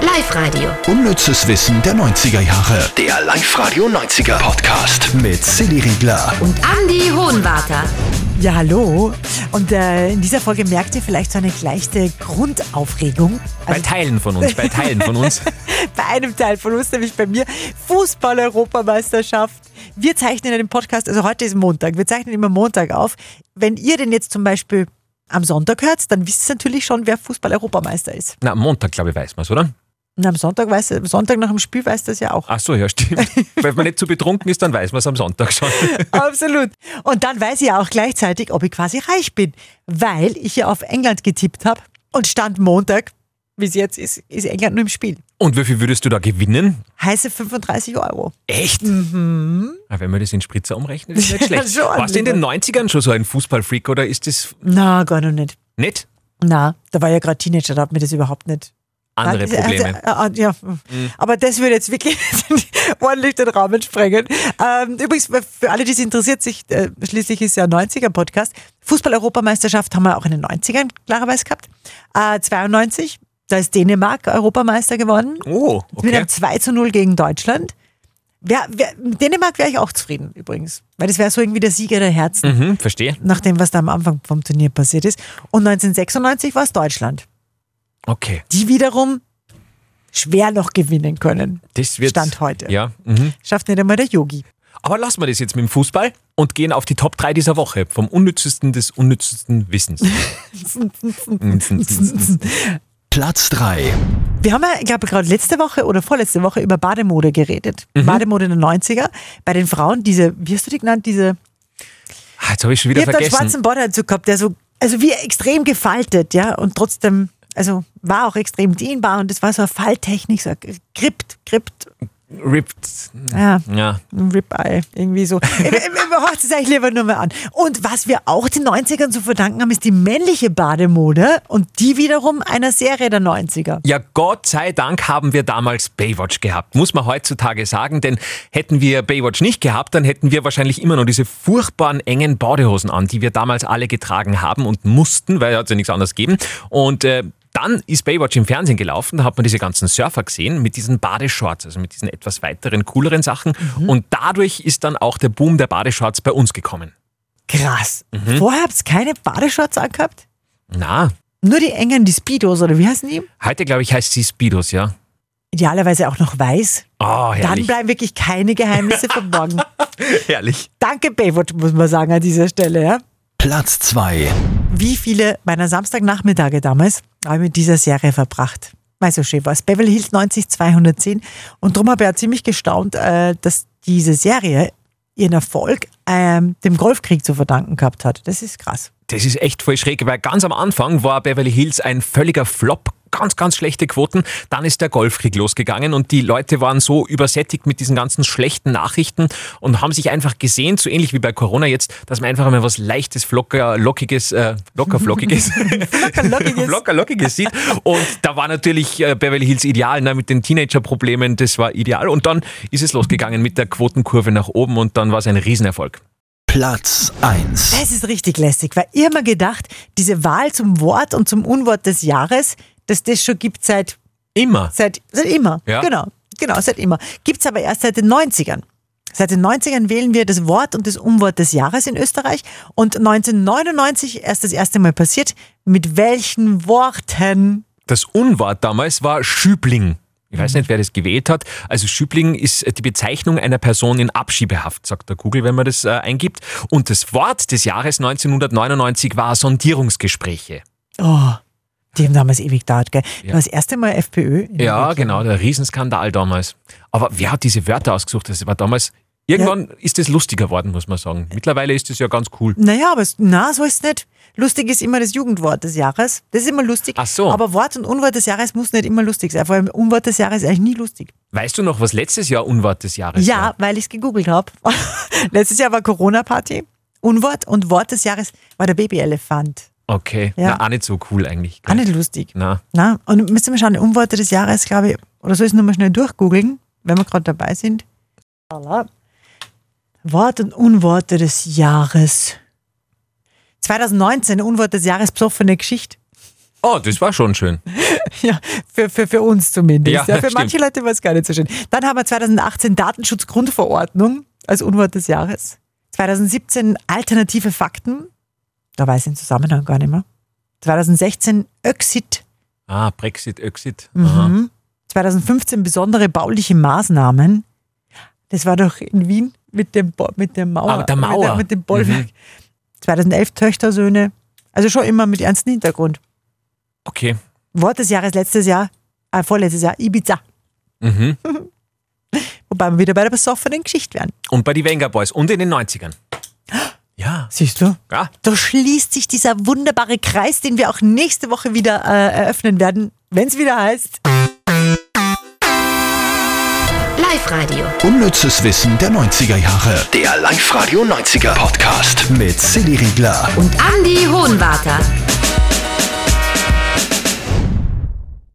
Live-Radio. Unnützes Wissen der 90er Jahre. Der Live-Radio 90er Podcast. Mit Silly Riegler. Und Andy Hohenwarter. Ja, hallo. Und äh, in dieser Folge merkt ihr vielleicht so eine leichte Grundaufregung. Bei Also Teilen von uns, bei Teilen von uns. bei einem Teil von uns, nämlich bei mir, Fußball-Europameisterschaft. Wir zeichnen den Podcast, also heute ist Montag, wir zeichnen immer Montag auf. Wenn ihr den jetzt zum Beispiel am Sonntag hört, dann wisst ihr natürlich schon, wer Fußball-Europameister ist. Na, am Montag, glaube ich, weiß man es, oder? Und am Sonntag, weiß, am Sonntag nach dem Spiel weiß das ja auch. Ach so, ja, stimmt. Weil man nicht zu betrunken ist, dann weiß man es am Sonntag schon. Absolut. Und dann weiß ich ja auch gleichzeitig, ob ich quasi reich bin, weil ich ja auf England getippt habe und stand Montag, wie es jetzt ist, ist England nur im Spiel. Und wie viel würdest du da gewinnen? Heiße 35 Euro. Echt? Mhm. Wenn man das in Spritzer umrechnet, ist nicht schlecht. Schon, Warst du in den 90ern schon so ein Fußballfreak oder ist das Na, gar noch nicht. nicht? Na, da war ja gerade Teenager, da hat mir das überhaupt nicht. Andere Also, Probleme. Mhm. äh, äh, ja, aber das würde jetzt wirklich ordentlich den Rahmen sprengen. Ähm, übrigens, für alle, die es interessiert, sich, äh, schließlich ist ja ein 90er-Podcast. Fußball-Europameisterschaft haben wir auch in den 90ern klarerweise gehabt. Äh, 92, da ist Dänemark Europameister geworden. Oh, Mit okay. einem 2 zu 0 gegen Deutschland. Wer, wer, mit Dänemark wäre ich auch zufrieden übrigens, weil das wäre so irgendwie der Sieger der Herzen Mhm, verstehe. nach dem, was da am Anfang vom Turnier passiert ist. Und 1996 war es Deutschland, Okay. die wiederum schwer noch gewinnen können. Das wird. Stand heute. Ja. Mhm. Schafft nicht einmal der Yogi. Aber lassen wir das jetzt mit dem Fußball und gehen auf die Top 3 dieser Woche. Vom unnützesten des unnützesten Wissens. Platz 3. Wir haben ja, glaube ich, gerade letzte Woche oder vorletzte Woche über Bademode geredet. Mhm. Bademode der 90er. Bei den Frauen, diese, wie hast du die genannt? Diese, Ah, Jetzt habe ich schon wieder ihr habt einen vergessen. schwarzen Borderanzug gehabt, der so, also wie extrem gefaltet, ja, und trotzdem, also war auch extrem dehnbar und das war so eine Falltechnik, so ein Gript, Gript, Ripped. ja, Ja, Ein Ribeye, irgendwie so. Horcht es eigentlich lieber nur mal an. Und was wir auch den 90ern zu verdanken haben, ist die männliche Bademode und die wiederum einer Serie der 90er. Ja, Gott sei Dank haben wir damals Baywatch gehabt, muss man heutzutage sagen, denn hätten wir Baywatch nicht gehabt, dann hätten wir wahrscheinlich immer noch diese furchtbaren engen Badehosen an, die wir damals alle getragen haben und mussten, weil es ja nichts anderes gegeben. Und äh, dann ist Baywatch im Fernsehen gelaufen, da hat man diese ganzen Surfer gesehen mit diesen Badeshorts, also mit diesen etwas weiteren, cooleren Sachen. Und dadurch ist dann auch der Boom der Badeshorts bei uns gekommen. Krass. Vorher habt ihr keine Badeshorts angehabt? Na, Nur die engen, die Speedos oder wie heißen die? heute glaube ich heißt sie Speedos, ja. Idealerweise auch noch weiß. Oh, Dann herrlich. bleiben wirklich keine Geheimnisse verborgen. herrlich. Danke, Baywatch, muss man sagen an dieser Stelle. Ja? Platz 2. Wie viele meiner Samstagnachmittage damals habe ich mit dieser Serie verbracht. Weil so schön war es. Beverly Hills 90 210. Und darum habe ich ja ziemlich gestaunt, äh, dass diese Serie ihren Erfolg ähm, dem Golfkrieg zu verdanken gehabt hat. Das ist krass. Das ist echt voll schräg, weil ganz am Anfang war Beverly Hills ein völliger Flop. Ganz, ganz schlechte Quoten. Dann ist der Golfkrieg losgegangen und die Leute waren so übersättigt mit diesen ganzen schlechten Nachrichten und haben sich einfach gesehnt, so ähnlich wie bei Corona jetzt, dass man einfach einmal was Leichtes, Flocker, Lockiges, äh, Lockerflockiges, Lockiges. Lockerlockiges sieht. Und da war natürlich äh, Beverly Hills ideal, ne, mit den Teenager-Problemen, das war ideal. Und dann ist es losgegangen mit der Quotenkurve nach oben und dann war es ein Riesenerfolg. Platz 1. Das ist richtig lästig, weil ich hab mir gedacht, diese Wahl zum Wort und zum Unwort des Jahres, dass das schon gibt seit Immer. Seit, seit immer. Ja. Genau, genau, seit immer. Gibt es aber erst seit den 90ern. Seit den 90ern wählen wir das Wort und das Umwort des Jahres in Österreich und 1999 erst das erste Mal passiert. Mit welchen Worten? Das Unwort damals war Schübling. Ich weiß nicht, wer das gewählt hat. Also Schübling ist die Bezeichnung einer Person in Abschiebehaft, sagt der Google, wenn man das äh, eingibt. Und das Wort des Jahres 1999 war Sondierungsgespräche. Oh, die haben damals ewig gedauert, gell? Ja. Das war das erste Mal FPÖ. in Ja, Deutschland. genau, der Riesenskandal damals. Aber wer hat diese Wörter ausgesucht? Das war damals. Irgendwann ist es lustiger worden, muss man sagen. Mittlerweile ist es ja ganz cool. Naja, aber es- na, so ist es nicht. Lustig ist immer das Jugendwort des Jahres. Das ist immer lustig. Ach so. Aber Wort und Unwort des Jahres muss nicht immer lustig sein. Vor allem Unwort des Jahres ist eigentlich nie lustig. Weißt du noch, was letztes Jahr Unwort des Jahres Ja, war? weil ich es gegoogelt habe. Letztes Jahr war Corona-Party. Unwort und Wort des Jahres war der Babyelefant. Okay. Ja. Na, auch nicht so cool eigentlich. Auch nicht lustig. Na. Na, und müsst ihr mal schauen, die Unworte des Jahres, glaube ich, oder soll ich es nochmal schnell durchgoogeln, wenn wir gerade dabei sind? Voilà. Wort und Unworte des Jahres. 2019, Unwort des Jahres, psoffene Geschichte. Oh, das war schon schön. Ja, für, für, für uns zumindest. Ja, Ja, für stimmt. manche Leute war es gar nicht so schön. Dann haben wir 2018 Datenschutzgrundverordnung als Unwort des Jahres. 2017 alternative Fakten. Da weiß ich den Zusammenhang gar nicht mehr. 2016 Öxit. Ah, Brexit, Öxit. Aha. Mhm. 2015 besondere bauliche Maßnahmen. Das war doch in Wien mit dem, Bo- mit der Mauer. Ah, mit der Mit, Mauer. Mhm. mit dem Bollwerk. 2011 Töchtersöhne. Also schon immer mit ernstem Hintergrund. Okay. Wort des Jahres letztes Jahr, äh, vorletztes Jahr, Ibiza. Mhm. Wobei wir wieder bei der besoffenen Geschichte wären. Und bei die Venga Boys und in den 90ern. Ja. Siehst du? ja. Da schließt sich dieser wunderbare Kreis, den wir auch nächste Woche wieder äh, eröffnen werden, wenn es wieder heißt. Live-Radio. Unnützes Wissen der 90er Jahre. Der Live-Radio 90er Podcast. Mit Silly Riegler. Und Andy Hohenwarter.